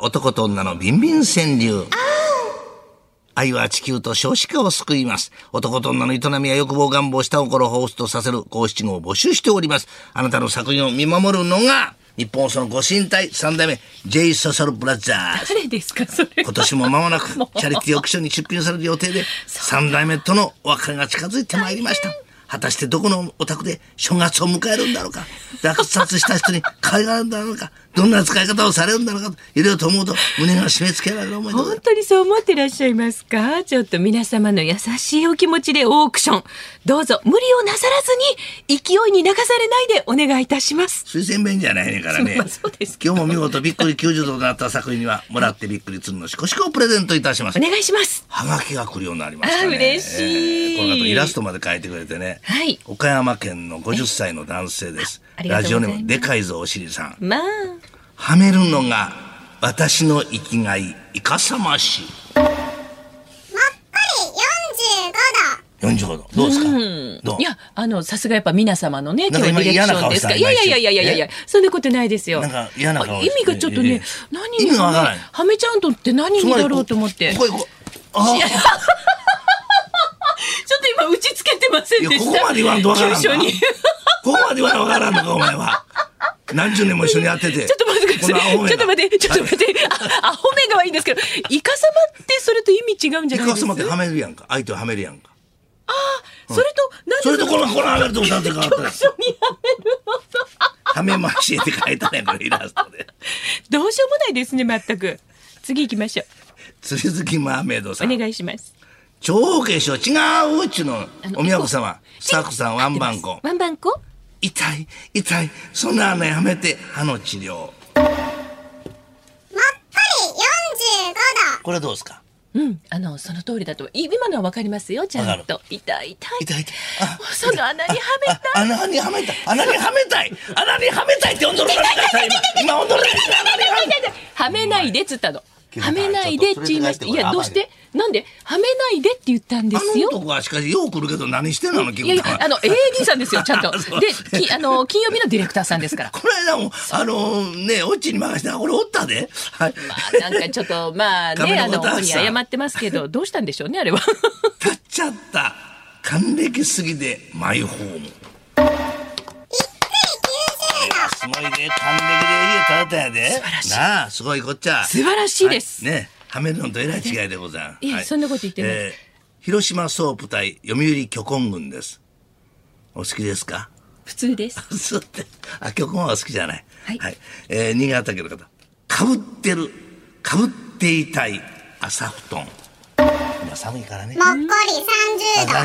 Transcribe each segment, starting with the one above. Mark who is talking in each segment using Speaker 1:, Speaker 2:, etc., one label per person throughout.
Speaker 1: 男と女のビンビン川柳。愛は地球と少子化を救います。男と女の営みや欲望願望下心を放出させる五七五を募集しております。あなたの作品を見守るのが、日本そのご神体三代目、ジェイ・ソソル・ブラザーズ。
Speaker 2: 誰ですかそれ
Speaker 1: 今年も間も なくチャリティーオークションに出品される予定で3代目とのお別れが近づいてまいりました果たしてどこのお宅で正月を迎えるんだろうか落札した人に買いがあるんだろうかどんな使い方をされるんだろうかといろいろと思うと胸が締め付けられる思いでござ
Speaker 2: 本
Speaker 1: います
Speaker 2: 当にそう思ってらっしゃいますかちょっと皆様の優しいお気持ちでオークションどうぞ無理をなさらずに勢いに流されないでお願いいたします
Speaker 1: 推薦弁じゃないねんからね
Speaker 2: まあそうですけ
Speaker 1: 今日も見事びっくり90度となった作品にはもらってびっくりするのしこしこをプレゼントいたします
Speaker 2: お願いします
Speaker 1: はがきが来るようになりましたね。
Speaker 2: あ嬉しい
Speaker 1: この後イラストまで書いてくれてね。
Speaker 2: はい
Speaker 1: 岡山県の50歳の男性です。
Speaker 2: ありが
Speaker 1: ラジ
Speaker 2: と
Speaker 1: オ
Speaker 2: う
Speaker 1: ネ
Speaker 2: ございます
Speaker 1: ームでかいぞおしりさん。
Speaker 2: まあ
Speaker 1: はめるのが私の生きがい、いかさまし。45度。どうですかどう
Speaker 2: いやあのさすがやっぱ皆様のね
Speaker 1: な
Speaker 2: 今
Speaker 1: んか
Speaker 2: 日
Speaker 1: 今
Speaker 2: のディレクションですかい
Speaker 1: 嫌
Speaker 2: や
Speaker 1: な顔
Speaker 2: いやいや
Speaker 1: した
Speaker 2: いやいやいやそんなことないですよ
Speaker 1: なんか嫌な顔
Speaker 2: あ意味がちょっと
Speaker 1: えええ
Speaker 2: ね
Speaker 1: え
Speaker 2: 何
Speaker 1: 意味わ
Speaker 2: が
Speaker 1: からな
Speaker 2: ね
Speaker 1: い
Speaker 2: はめちゃんとって何
Speaker 1: つ
Speaker 2: に
Speaker 1: まり
Speaker 2: だろうと思ってち
Speaker 1: こ
Speaker 2: ょっ
Speaker 1: こへこうあ
Speaker 2: と今打ちつけてませんでした
Speaker 1: いやここまで言わんとわからんな
Speaker 2: 急所 に
Speaker 1: ここまではわからんのか、お前は。何十年も一緒にやってて。
Speaker 2: ちょっと待ってくださ
Speaker 1: このアホ
Speaker 2: い。ち
Speaker 1: めな
Speaker 2: ょっと待って、ちょっと待って。あ、アホめがはいいんですけど、イカサマってそれと意味違うんじゃ
Speaker 1: い
Speaker 2: ないで
Speaker 1: か
Speaker 2: す
Speaker 1: さ
Speaker 2: か
Speaker 1: まってはめるやんか。相手をはめるやんか。
Speaker 2: それと、なんで
Speaker 1: それとこ
Speaker 2: の
Speaker 1: の、このはめると歌って変わったやつ
Speaker 2: 一緒にやめるの
Speaker 1: はめましって書いたね、これイラストで。
Speaker 2: どうしようもないですね、全く。次行きましょ
Speaker 1: 釣り好きマーメイドさ
Speaker 2: う。お
Speaker 1: ん。
Speaker 2: 願いします。
Speaker 1: 長方形師匠、違ううちの
Speaker 2: あの
Speaker 1: お宮子様。スタッフさん、ワンバン
Speaker 2: 合っ
Speaker 1: コ
Speaker 2: てます。ワンバンコ
Speaker 1: 痛い、痛い、そんなのやめて、歯の治療。これどうですか
Speaker 2: うん、あの、その通りだと。い今のはわかりますよ、ちゃん
Speaker 1: わ
Speaker 2: と。痛い痛い。
Speaker 1: 痛い痛い。あ
Speaker 2: もうその穴にはめたい。
Speaker 1: あ穴にはめたい。穴にはめたい。穴にはめたいって呼んどるからさ、今。今呼んどるから穴にはめたい。
Speaker 2: はめないでっつったの。
Speaker 1: うん
Speaker 2: はめないでって言いました。いや、どうしてなんではめないでって言ったんで
Speaker 1: あ
Speaker 2: す
Speaker 1: の
Speaker 2: よ。
Speaker 1: 男はしかしよう来るけど何してんの
Speaker 2: いやい
Speaker 1: 菊
Speaker 2: や
Speaker 1: 田、は
Speaker 2: あの、AD さんですよ、ちゃんと。
Speaker 1: そう
Speaker 2: で、きあの、金曜日のディレクターさんですから。
Speaker 1: この間もあのねオッチに任せたこれおったで、はい、
Speaker 2: まあ、なんかちょっと、まあ
Speaker 1: 亀
Speaker 2: ね、
Speaker 1: の
Speaker 2: あの、
Speaker 1: ごた
Speaker 2: 本
Speaker 1: く
Speaker 2: に
Speaker 1: さん
Speaker 2: 謝ってますけど、どうしたんでしょうね、あれは。
Speaker 1: 立っちゃった還暦すぎでマイホームいやすごいね還暦で家建てたんやで素
Speaker 2: 晴らしい
Speaker 1: なあすごいこっちゃ
Speaker 2: 素晴らしいです
Speaker 1: はいねはめるのとえらい違いでござん
Speaker 2: いやそんなこと言ってない
Speaker 1: ー広島ソープ対読売巨根軍ですお好きですか
Speaker 2: 普通です。
Speaker 1: そうって。あ、曲も好きじゃない。
Speaker 2: はい
Speaker 1: えー新潟県の方。かぶってる、かぶっていたい朝布団。今寒いからね。あ、大丈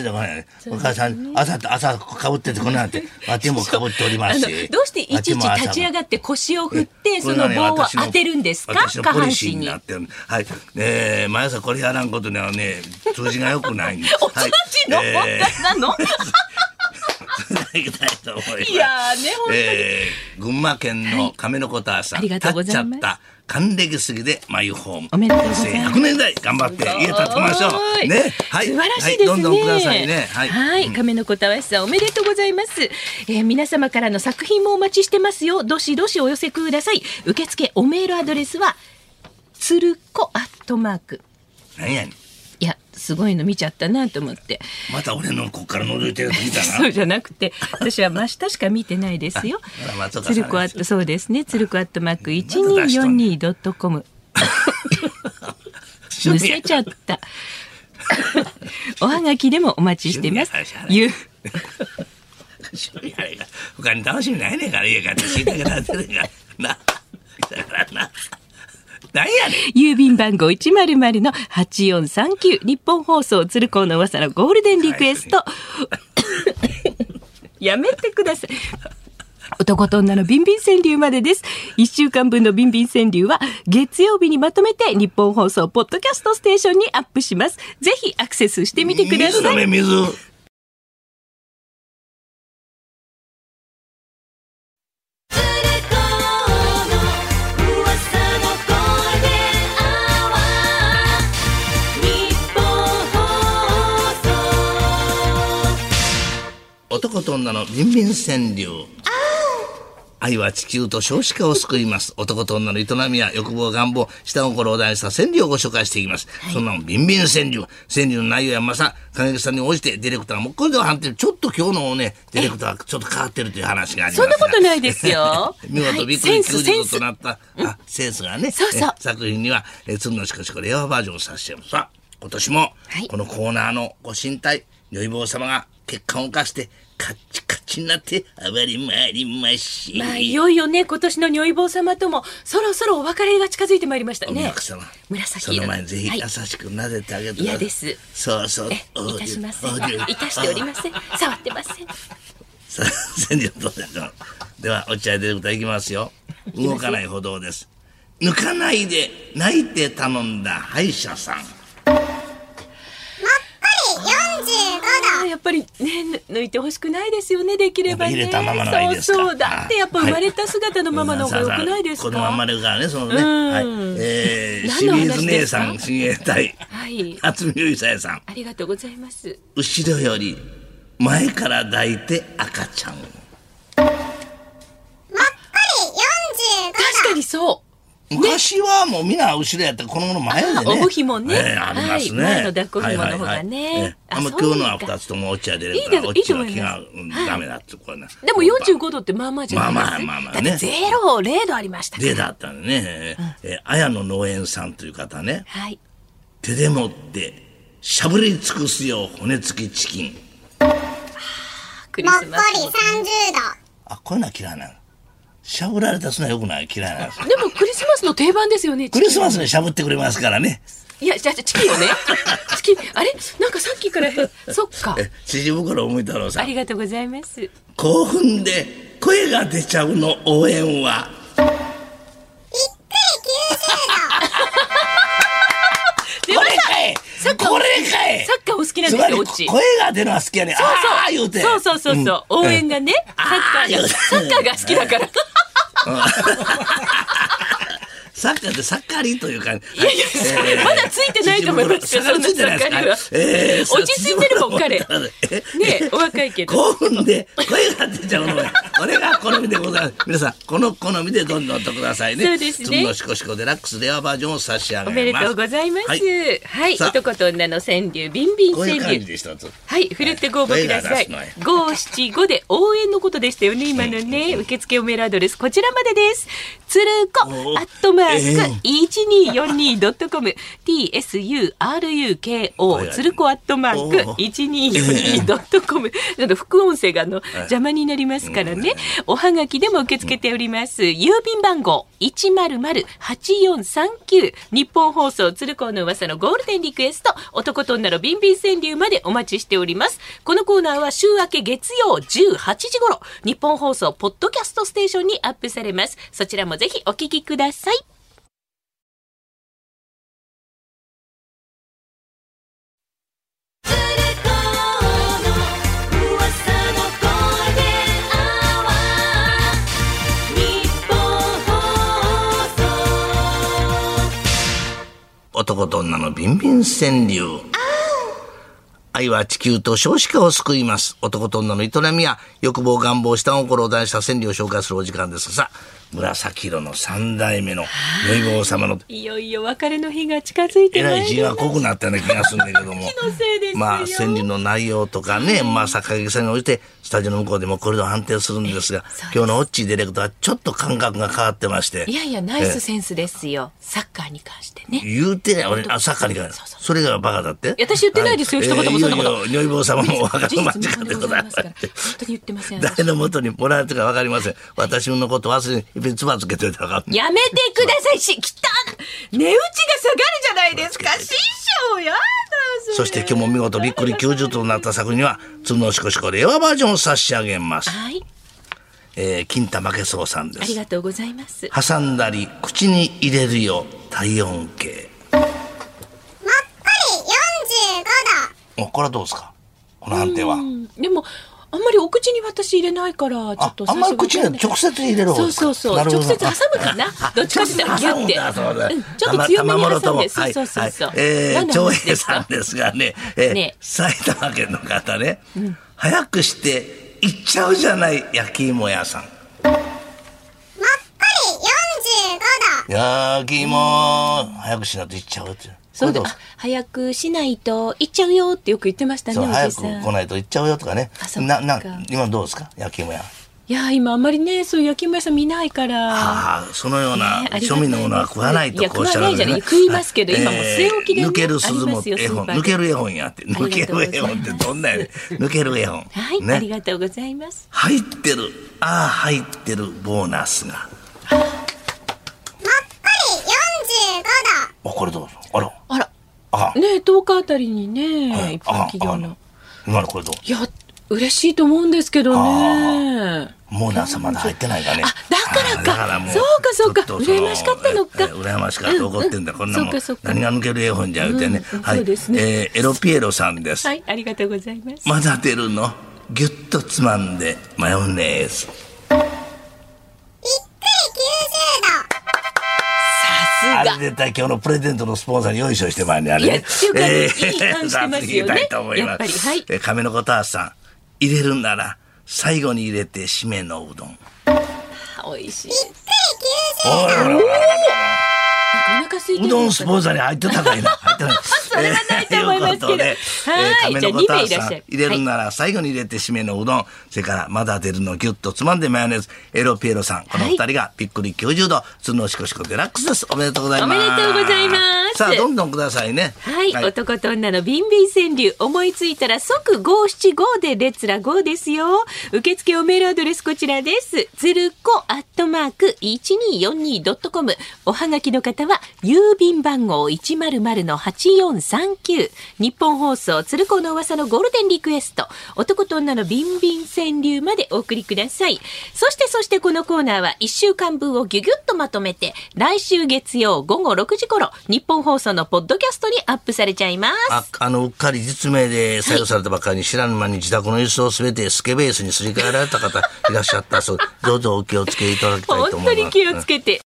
Speaker 1: 夫だ、これ、ね。お母さん、朝って、朝かぶってて、こんな んて、わてもかぶっておりま
Speaker 2: あ
Speaker 1: す
Speaker 2: の
Speaker 1: し。、
Speaker 2: どうしていちいち立ち上
Speaker 1: が
Speaker 2: がって腰を振って、その棒を当てるんですか
Speaker 1: 私の
Speaker 2: 下
Speaker 1: ポ
Speaker 2: 半
Speaker 1: リシ
Speaker 2: 身
Speaker 1: ーに
Speaker 2: に。
Speaker 1: なってる。はい。えー、毎朝これやらんことにはね、通じが良くないんです。
Speaker 2: お通じの問
Speaker 1: はいえー
Speaker 2: 題なの
Speaker 1: いただきたいと思います。
Speaker 2: いやーね本当に
Speaker 1: えー群馬県の亀の子たさん、
Speaker 2: ありがとうございます
Speaker 1: 立っちゃった還暦過ぎでマイホーム。
Speaker 2: おめでとうございます
Speaker 1: 平成100年代頑張って家建てましょ
Speaker 2: は
Speaker 1: う。
Speaker 2: い
Speaker 1: ね、はい、
Speaker 2: 素晴らしいです
Speaker 1: は
Speaker 2: ね。
Speaker 1: どんどんくださいね。はい、
Speaker 2: はい
Speaker 1: うん
Speaker 2: 亀の小たわしさんおめでとうございます、えー皆様からの作品もお待ちしてますよ。どしどしお寄せください。受付おメールアドレスはつるこアットマーク。
Speaker 1: なんやねん。
Speaker 2: いやすごいの見ちゃったなと思って。
Speaker 1: また俺のこっから覗いてるやつ見た
Speaker 2: そう
Speaker 1: な。
Speaker 2: じゃなくて私は真下しか見てないですよ
Speaker 1: あ松岡さん
Speaker 2: つるこアットそうですねつるこアットマーク 1242.com むせちゃ った。 おはがきでもお待ちしてます
Speaker 1: 趣味やから。
Speaker 2: ゆう
Speaker 1: 趣味やないか他に楽しみないねんから家帰って死んだけなってるからな。だからな。なんやねん。
Speaker 2: 郵便番号100の8439日本放送鶴光の噂のゴールデンリクエスト。やめてください。男と女のビンビン川柳までです。一週間分のビンビン川柳は月曜日にまとめて日本放送ポッドキャストステーションにアップします。ぜひアクセスしてみてくだ
Speaker 1: 水
Speaker 2: さ
Speaker 1: 飲
Speaker 2: い。
Speaker 1: め水。男と女のビンビン川柳愛は地球と少子化を救います。男と女の営みや欲望、願望、下心を題した川柳をご紹介していきます。そんなもん、ビンビン川柳。川柳の内容やまさ、影木さんに応じてディレクターもこれでは判定。ちょっと今日のね、ディレクターがちょっと変わってるという話があります
Speaker 2: そ
Speaker 1: が。
Speaker 2: んなことないですよ
Speaker 1: 見
Speaker 2: は
Speaker 1: 事
Speaker 2: い
Speaker 1: びっく
Speaker 2: セン
Speaker 1: り休
Speaker 2: スセン
Speaker 1: 日
Speaker 2: ス
Speaker 1: となった、あセンスがね
Speaker 2: そうそう
Speaker 1: え作品には「え鶴のしこしこ」レアバージョンをさせてもさあ今年も
Speaker 2: はい
Speaker 1: このコーナーのご神体如意棒様が血管をかしてカッチカチになって暴れ回りまし
Speaker 2: まあいよいよね今年の如意棒様ともそろそろお別れが近づいてまいりました
Speaker 1: お宮
Speaker 2: ね
Speaker 1: 子様
Speaker 2: 紫
Speaker 1: そ
Speaker 2: 色
Speaker 1: の前にぜひ
Speaker 2: は
Speaker 1: 優
Speaker 2: い
Speaker 1: しく撫でてあげてくださ
Speaker 2: 嫌です
Speaker 1: そうそう
Speaker 2: えいたしません
Speaker 1: オーデュオーデュ
Speaker 2: いたしておりません触ってません
Speaker 1: さあ、千里のどうだろう。では、落合ディレクターいきますよ。動かない歩道です。抜かないで、泣いて頼んだ歯医者さん。
Speaker 2: あやっぱりねぬ抜いてほしくないですよねできればね
Speaker 1: やっぱ入れたままのがいいですか
Speaker 2: そうそうだってやっぱ生まれた姿のままの方が良くないですか、
Speaker 1: 子供生まれるからね、そのね。
Speaker 2: うん
Speaker 1: はい。えー、
Speaker 2: 何
Speaker 1: 清
Speaker 2: の話
Speaker 1: 水姉さん、
Speaker 2: ですか
Speaker 1: 親衛隊。
Speaker 2: はい
Speaker 1: 渥美由衣さん。
Speaker 2: ありがとうございます
Speaker 1: 後ろより、前から抱いて赤ちゃん。
Speaker 2: 確かにそう
Speaker 1: 昔はもう皆後ろやったらこのもの前でね。
Speaker 2: あお紐ね
Speaker 1: ええありますね。
Speaker 2: はい前の抱っこ紐の方
Speaker 1: はいはいは
Speaker 2: が
Speaker 1: い
Speaker 2: ね
Speaker 1: ええあんま
Speaker 2: あ
Speaker 1: 今日の
Speaker 2: そ
Speaker 1: は
Speaker 2: うか
Speaker 1: 二つとも落合で
Speaker 2: いいだろ
Speaker 1: 落ち
Speaker 2: い
Speaker 1: はい気
Speaker 2: と思い
Speaker 1: が
Speaker 2: ます
Speaker 1: うん
Speaker 2: はい
Speaker 1: ダメだってこれな。
Speaker 2: でも45度ってまあまあじゃないです
Speaker 1: まあまあまあまあね
Speaker 2: だってゼロ0度ありましたから
Speaker 1: でだったのね。ええ綾野農園さんという方ね。
Speaker 2: はい
Speaker 1: 手で持ってしゃぶり尽くすよ骨付きチキン。
Speaker 2: クリ
Speaker 3: もっ
Speaker 2: ス
Speaker 3: こり
Speaker 2: マスも
Speaker 3: 30度。
Speaker 1: あこういうのは嫌いなの。しゃぶられたらそんな良くない嫌いなんですよ。
Speaker 2: でもクリスマスの定番ですよね
Speaker 1: クリスマスにしゃぶってくれますからね。
Speaker 2: いやじゃあじゃあチキンをねチキンあれなんかさっき からそっか
Speaker 1: え縮袋思い太郎さ
Speaker 2: あ
Speaker 1: ん。
Speaker 2: りがとうございます
Speaker 1: 興奮で声が出ちゃうの応援は。
Speaker 2: で
Speaker 1: こ
Speaker 2: も
Speaker 1: れかい
Speaker 2: サッカー
Speaker 1: これかい
Speaker 2: サッカーお好きなん
Speaker 1: つ
Speaker 2: です
Speaker 1: まり
Speaker 2: よオ
Speaker 1: 声
Speaker 2: ッチ
Speaker 1: が出るのは好きやねん
Speaker 2: そうそう
Speaker 1: あー言うて
Speaker 2: そうそうそうそう、応援がね、サッカー
Speaker 1: あー言う
Speaker 2: が、
Speaker 1: て
Speaker 2: サッカーが好きだから。
Speaker 1: サッカーってサッカーリーというかい
Speaker 2: いやいやまだついてないと思いますよ
Speaker 1: ついてな
Speaker 2: そんな
Speaker 1: いですか
Speaker 2: サッカーリーは
Speaker 1: えーさあ
Speaker 2: 落ち着いてるもん彼
Speaker 1: 縮袋え
Speaker 2: ねえお若いけ ど
Speaker 1: 興奮で声が出ちゃうのがこれが好みでございます皆さんこの好みでどんどんとくださいね
Speaker 2: そうですね
Speaker 1: つむのしこしこデラックスレアバージョンを差し上げます
Speaker 2: おめでとうございます。
Speaker 1: は
Speaker 2: はいい、
Speaker 1: さあ
Speaker 2: 男と女の川柳、ビンビン
Speaker 1: こういう
Speaker 2: 川
Speaker 1: 感
Speaker 2: 柳
Speaker 1: じ。で一つ
Speaker 2: はい、ふるってご応募ください
Speaker 1: 声が出。
Speaker 2: 五七五で応援のことでしたよね、今のね、受付メールアドレス、こちらまでです。つるこ
Speaker 1: お、ー
Speaker 2: アットマ
Speaker 1: え
Speaker 2: ー
Speaker 1: え
Speaker 2: ク、一二四二ドットコム。T. S. U. R. U. K. O.
Speaker 1: 声が出る
Speaker 2: つるこアットマーク
Speaker 1: お、ー
Speaker 2: 一二四二ドットコム。ちょっと副音声があの、邪魔になりますからね。おはがきでも受け付けております。郵便番号一0 0八四三九。日本放送鶴光の噂のゴールデンリクエスト。男と女のビンビン川柳までお待ちしております。このコーナーは週明け月曜十八時頃。日本放送ポッドキャストステーションにアップされます。そちらもぜひお聞きください。
Speaker 1: 男と女のビンビン川柳。愛は地球と少子化を救います。男と女の営みや欲望、願望、下心を題した川柳を紹介するお時間ですがさあ、紫色の三代目の如意棒様の
Speaker 2: いよいよ別れの日が近づいて
Speaker 1: え
Speaker 2: ま
Speaker 1: ら
Speaker 2: い
Speaker 1: い字
Speaker 2: りま
Speaker 1: が
Speaker 2: す。
Speaker 1: 濃くなったような気がするんだけ ども。
Speaker 2: のせいですよ
Speaker 1: まあ、川柳の内容とかね、まあ、坂木さんにおいて、スタジオの向こうでもこれで判定するんですが、今日のオッチーディレクターはちょっと感覚が変わってまして。
Speaker 2: いやいや、ナイスセンスですよ。サッカーに関してね。
Speaker 1: 言うてない俺あサッカーに関してそれがバカだって
Speaker 2: 私言ってないですよ一言もそんなこと
Speaker 1: えーいよいよ如意棒様も分か
Speaker 2: 事
Speaker 1: る間
Speaker 2: 実無根
Speaker 1: 近で
Speaker 2: で
Speaker 1: ご
Speaker 2: ご
Speaker 1: ざ
Speaker 2: ざ
Speaker 1: い
Speaker 2: い
Speaker 1: ま
Speaker 2: ますすから。本当に言ってません。
Speaker 1: 誰のもとにもらえるか分かりません私のこと忘れにつばつけといたら分かんない
Speaker 2: やめてくださいし、きたな値打ちが下がるじゃないですか師匠やだそれ
Speaker 1: そして今日も見事びっくり90となった作品には「つのしこしこ令和バージョン」を差し上げます、
Speaker 2: はい、
Speaker 1: えー、金太負けそうさんで
Speaker 2: あり
Speaker 1: す
Speaker 2: がとうございます。
Speaker 1: 挟んだり口に入れるよ体温計
Speaker 3: もっこり45度。
Speaker 1: おこれはどうですかこの判定は
Speaker 2: うんでも、あんまりお口に私入れないから、ちょ
Speaker 1: あ
Speaker 2: っと
Speaker 1: あんまり
Speaker 2: 最初
Speaker 1: 口
Speaker 2: わかん
Speaker 1: に
Speaker 2: ない
Speaker 1: 直接入れる方
Speaker 2: そ
Speaker 1: で
Speaker 2: う
Speaker 1: すか
Speaker 2: そうそう
Speaker 1: なるほ
Speaker 2: 直
Speaker 1: ど
Speaker 2: 接挟むかなどっちかって言ったらギュって
Speaker 1: あそうだそうだ
Speaker 2: うんちょっと強めに挟んでそうそうそうそう
Speaker 1: はいはいえ
Speaker 2: 何
Speaker 1: ー
Speaker 2: の
Speaker 1: 長
Speaker 2: 話
Speaker 1: 平
Speaker 2: ですか
Speaker 1: さんですがね,、えー
Speaker 2: ね
Speaker 1: 埼玉県の方ね、早くして行っちゃうじゃない焼き芋屋さん
Speaker 3: もっこり
Speaker 1: 焼き芋、早くしなといっちゃうって。
Speaker 2: そうだ
Speaker 1: これど
Speaker 2: あ早くしないと行っちゃうよってよく言ってましたね
Speaker 1: そう
Speaker 2: おじ
Speaker 1: 早
Speaker 2: い
Speaker 1: く
Speaker 2: さん
Speaker 1: 来ないと行っちゃうよとかね
Speaker 2: あ。そっか
Speaker 1: な、な、今どうですか焼き芋屋。
Speaker 2: いや今あんまりねそういう焼き芋屋さん見ないから
Speaker 1: ああ、そのような
Speaker 2: ねありがたい
Speaker 1: 庶民のものは食わないと
Speaker 2: いや
Speaker 1: こうおっしゃるわけですね。
Speaker 2: 食わないじゃない食いますけど今もう据え置きでね
Speaker 1: 抜ける鈴も
Speaker 2: ありますよ
Speaker 1: 絵本、
Speaker 2: スーパーで
Speaker 1: 抜ける絵本やって。
Speaker 2: がとう
Speaker 1: 抜
Speaker 2: ござい
Speaker 1: け
Speaker 2: ます
Speaker 1: る絵本ってどんなやねん抜ける絵本。
Speaker 2: はい、あり
Speaker 1: ね。
Speaker 2: がとうございます
Speaker 1: 入ってる、ああ、入ってるボーナスが。
Speaker 3: もっこり45度。
Speaker 1: あ、これどうぞ。あら、
Speaker 2: あら
Speaker 1: あ
Speaker 2: ねえ10日あたりにね、
Speaker 1: はい
Speaker 2: 一般企業
Speaker 1: あ
Speaker 2: の
Speaker 1: 今のこれどう
Speaker 2: いや嬉しいと思うんですけどね
Speaker 1: もうなさまだ入ってないかね。
Speaker 2: あだからか
Speaker 1: あーも
Speaker 2: そうかそうか
Speaker 1: ちょっとその
Speaker 2: 羨ましかったのか
Speaker 1: ええ羨ましかった。怒ってんだ。
Speaker 2: うん
Speaker 1: こんな
Speaker 2: そ
Speaker 1: もん
Speaker 2: うかそう。か
Speaker 1: 何が抜ける絵本じゃ言うてね
Speaker 2: うん。
Speaker 1: はい。
Speaker 2: そうですね
Speaker 1: えーエロピエロさんです。
Speaker 2: はいありがとうございます
Speaker 1: まだ出るの。ぎゅっとつまんで、マヨネーズ。
Speaker 3: びっくり90度。
Speaker 1: あ
Speaker 2: さす
Speaker 1: れ
Speaker 2: が
Speaker 1: 絶対今日のプレゼントのスポンサーに用意しょしてまいね、あれ
Speaker 2: いや
Speaker 1: ね。
Speaker 2: 中華にいい感じしてますよね
Speaker 1: さあ次行きたいと思います
Speaker 2: やっぱりはい
Speaker 1: えー亀の子たーさん、入れるなら、最後に入れて締めのうどん。
Speaker 2: 美味しい
Speaker 3: びっくり
Speaker 1: おい
Speaker 3: 90度。
Speaker 1: おいおいおい
Speaker 2: なかなか空いてる
Speaker 1: うどんスポンサーに入ってたか いな。入ってない。そ
Speaker 2: れはないと思いますけど
Speaker 1: はい
Speaker 2: はい
Speaker 1: 亀の子たー
Speaker 2: じゃあ二名いらっ
Speaker 1: さん
Speaker 2: しゃい
Speaker 1: 入れるなら最後に入れて締めのうどん。それからまだ出るのギュッとつまんでマヨネーズ。エロピエロさん。この二人がびっくり90度。つのしこしこデラックスです。おめでとうございます。
Speaker 2: おめでとうございます
Speaker 1: さあ、どんどんくださいね。
Speaker 2: はい、男と女のビンビン川柳思いついたら即五七五で列ら五ですよ受付おメールアドレスこちらですつるこアットマーク 1242.com おはがきの方は郵便番号100の8439日本放送つるこの噂のゴールデンリクエスト男と女のビンビン川柳までお送りくださいそしてそしてこのコーナーは1週間分をギュギュッとまとめて来週月曜午後6時頃日本放送のポッドキャストにアップされちゃいます
Speaker 1: ああのうっかり実名で採用されたばかりに知らぬ間に自宅の椅子をすべてスケベースにすり替えられた方いらっしゃったそうどうぞお気をつけいただきたい
Speaker 2: 本
Speaker 1: と思います。
Speaker 2: 当に気をつけて